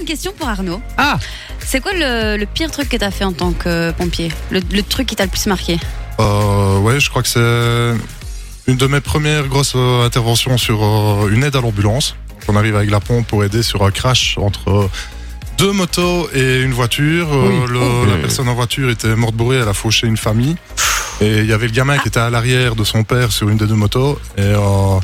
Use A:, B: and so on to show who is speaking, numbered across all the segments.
A: une question pour Arnaud.
B: Ah
A: C'est quoi le, le pire truc que t'as fait en tant que euh, pompier le, le truc qui t'a le plus marqué
C: Euh, ouais, je crois que c'est une de mes premières grosses euh, interventions sur euh, une aide à l'ambulance. On arrive avec la pompe pour aider sur un crash entre euh, deux motos et une voiture. Euh,
B: Oui.
C: le-
B: Oh.
C: La personne en voiture était morte bourrée, elle a fauché une famille. Et il y avait le gamin qui était à l'arrière de son père sur une des deux motos. Et euh,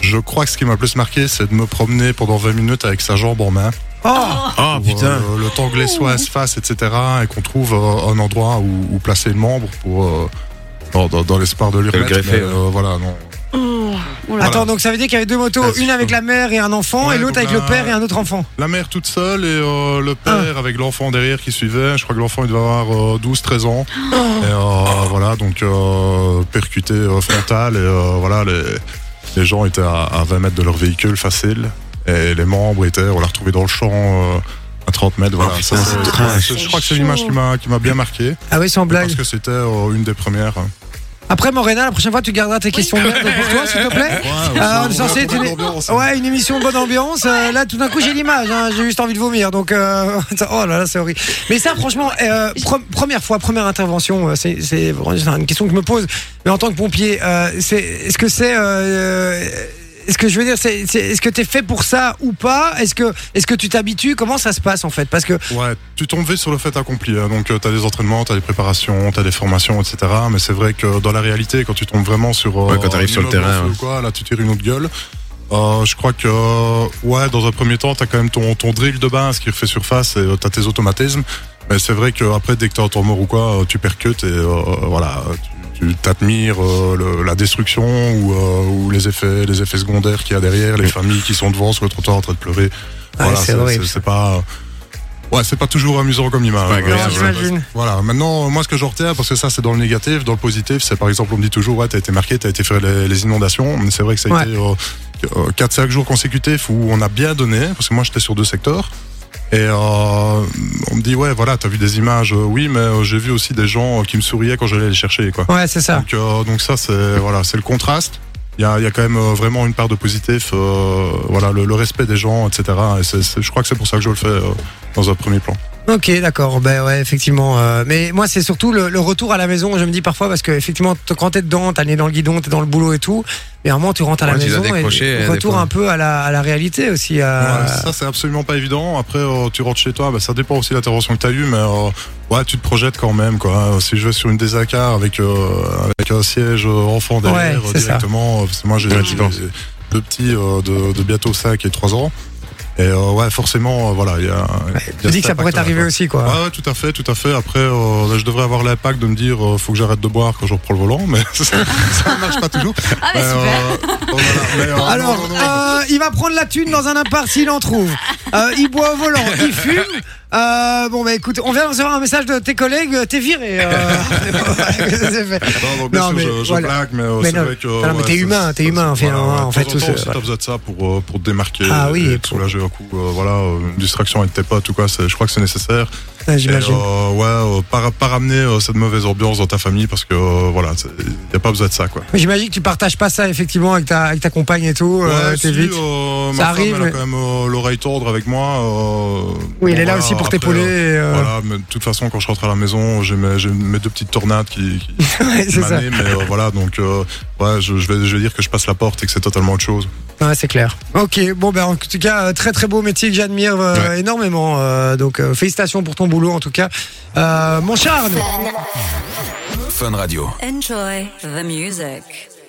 C: je crois que ce qui m'a le plus marqué, c'est de me promener pendant 20 minutes avec sa jambe en main.
B: Oh,
D: Ah
C: pour,
D: putain.
C: euh, le temps que les soins se fassent, etc. Et qu'on trouve euh, un endroit où, où placer le membre pour euh, dans, dans- dans l'espoir de lui
D: le
C: remettre.
D: greffer,
C: mais, euh, voilà, non.
A: Oula.
B: Attends, donc ça veut dire qu'il y avait deux motos,
C: Ah,
B: une
C: c'est
B: avec
C: chaud.
B: la mère et un enfant,
C: Ouais,
B: et l'autre
C: donc
B: avec le
C: là-
B: père et un autre enfant.
C: La mère toute seule et euh, le père avec l'enfant derrière qui suivait. Je crois que l'enfant il devait avoir 12-13 ans. Et euh, voilà, donc euh, percuté euh, frontal. Et euh, voilà, les, les gens étaient à, à 20 mètres de leur véhicule facile. Et les membres étaient, on l'a retrouvé dans le champ. euh, à 30 mètres, voilà.
D: Oh, putain,
C: Ça,
D: c'est
C: c'est-
D: trash.
C: c'est- je crois que c'est l'image qui m'a qui m'a bien marqué.
B: Ah oui, sans blague.
C: Parce que c'était euh, une des premières. hein.
B: Après, Morena, la prochaine fois, tu garderas tes questions de merde pour toi, s'il te plaît. Euh, on est censé être une...
C: hein.
B: Ouais, une émission de bonne ambiance. Euh, là, tout d'un coup, j'ai l'image. hein. J'ai juste envie de vomir. Donc, euh, ça- oh là là, c'est horrible. Mais ça, franchement, euh, pre- première fois, première intervention, euh, c'est c'est vraiment- c'est une question que je me pose. Mais en tant que pompier, euh, c'est- est-ce que c'est. euh, est-ce que je veux dire, c'est- c'est- est-ce que t'es fait pour ça ou pas Est-ce que, est-ce que tu t'habitues Comment ça se passe en fait Parce que
C: Ouais, tu tombes vite sur le fait accompli. hein. Donc, tu t'as des entraînements, t'as des préparations, t'as des formations, etc. Mais c'est vrai que dans la réalité, quand tu tombes vraiment sur. euh,
D: Ouais, quand t'arrives sur le
C: une ambulance
D: terrain,
C: ou quoi, là, tu tires une autre gueule. Euh, je crois que, euh, ouais, dans un premier temps, t'as quand même ton, ton drill de base qui refait surface et euh, t'as tes automatismes. Mais c'est vrai qu'après, dès que t'es en temps mort ou quoi, euh, tu percutes et euh, voilà, tu tu t'admires euh, le- la destruction ou, euh, ou les, effets, les effets secondaires qu'il y a derrière,
D: Mm.
C: les familles qui sont devant sur le trottoir en train de pleurer.
B: Ouais,
C: voilà,
B: c'est
C: c'est-
B: horrible,
C: c'est c'est pas. Ouais, c'est pas toujours amusant comme image.
D: pas agréable.
C: Voilà,
D: Ouais,
C: voilà.
B: j'imagine.
C: Voilà, maintenant, moi, ce que je retiens, parce que ça, c'est dans le négatif, dans le positif, c'est par exemple, on me dit toujours, ouais, t'as été marqué, t'as été faire les, les inondations. Mais C'est vrai que ça a
B: Ouais.
C: été euh, 4-5 jours consécutifs où on a bien donné, parce que moi, j'étais sur deux secteurs. Et euh, on me dit, ouais, voilà, t'as vu des images, euh, oui, mais euh, j'ai vu aussi des gens euh, qui me souriaient quand j'allais les chercher, quoi.
B: ouais, c'est ça.
C: Donc, euh, donc ça, c'est voilà, c'est le contraste. Il y a, il y a quand même euh, vraiment une part de positif, euh, voilà, le, le respect des gens, etc. Et c'est- c'est- je crois que c'est pour ça que je le fais euh, dans un premier plan.
B: Ok, d'accord. Ben ouais, effectivement. euh, mais moi, c'est surtout le, le retour à la maison. Je me dis parfois parce que effectivement, t- quand t'es dedans, t'as le nez dans le guidon, t'es dans le boulot et tout. Mais à un moment, tu rentres à la
D: Ouais, tu dois
B: maison et
D: décrocher,
B: et
D: euh, des
B: retour
D: fois.
B: un peu à la, à la réalité aussi. À...
C: Ouais, ça, c'est absolument pas évident. Après, euh, tu rentres chez toi, bah, ça dépend aussi de l'intervention que tu as eue, mais euh, ouais, tu te projettes quand même. Quoi. Si je vais sur une des AK avec, euh, avec un siège euh, enfant
B: Ouais,
C: derrière euh,
B: c'est ça.
C: directement, euh, parce que moi j'ai j'ai- j'ai deux petits euh, de, de bientôt 5 et 3 ans. Et euh, ouais, forcément, euh, voilà, il y a. il y a
B: Tu dis
C: cet
B: que ça pourrait
C: impact-là,
B: t'arriver
C: quoi.
B: aussi, quoi.
C: Ouais, ouais, tout à fait, tout à fait. Après, euh, là, je devrais avoir l'impact de me dire, euh, faut que j'arrête de boire quand je reprends le volant, mais ça ne marche pas toujours.
A: Ah, bah,
C: Mais,
A: super.
C: euh, oh, voilà, mais, euh,
B: Alors,
C: non, non, non.
B: euh, il va prendre la thune dans un appart s'il en trouve. Euh, il boit au volant, il fume. Euh, bon, bah écoute, on vient de recevoir un message de tes collègues. euh, T'es viré. euh. C'est fait.
C: Non, donc, bien
B: Non,
C: sûr,
B: mais
C: je, je
B: voilà.
C: blague, mais, euh,
B: Mais
C: c'est
B: non.
C: vrai que.
B: Non, mais t'es humain, t'es humain, en fait, hein, en fait,
C: tout
B: tout
C: ça.
B: ce-
C: T'as besoin de ça pour, euh, pour te démarquer.
B: Ah oui,
C: et
B: et
C: te
B: pour-
C: soulager un coup. euh, voilà, euh, une distraction avec tes potes ou quoi, c'est- je crois que c'est nécessaire.
B: Ah,
C: Et,
B: J'imagine.
C: euh, ouais, euh, pas, pas ramener euh, cette mauvaise ambiance dans ta famille parce que, euh, voilà, c'est- y a pas besoin de ça, quoi.
B: Mais J'imagine que tu partages pas ça effectivement avec ta, avec ta compagne et tout. euh,
C: Ouais,
B: t'es
C: si,
B: vite.
C: euh,
B: Ça
C: ma femme,
B: arrive,
C: elle a
B: mais-
C: quand même euh, l'oreille tendre avec moi. euh,
B: Oui, il
C: bon,
B: est là
C: voilà,
B: aussi pour
C: après,
B: t'épauler.
C: euh,
B: et, euh,
C: Voilà, mais de toute façon, quand je rentre à la maison, j'ai mes, j'ai mes deux petites tornades qui, qui,
B: ouais,
C: qui
B: c'est ça.
C: m'amènent, mais euh, voilà, donc euh, ouais, je, je vais, je vais dire que je passe la porte et que c'est totalement autre chose.
B: Ouais, c'est clair. Ok, bon, ben en tout cas, euh, très très beau métier que j'admire euh, énormément. euh, donc, euh, félicitations pour ton boulot en tout cas. Euh, mon cher Arnaud.
D: Fun Radio.
E: Enjoy the music.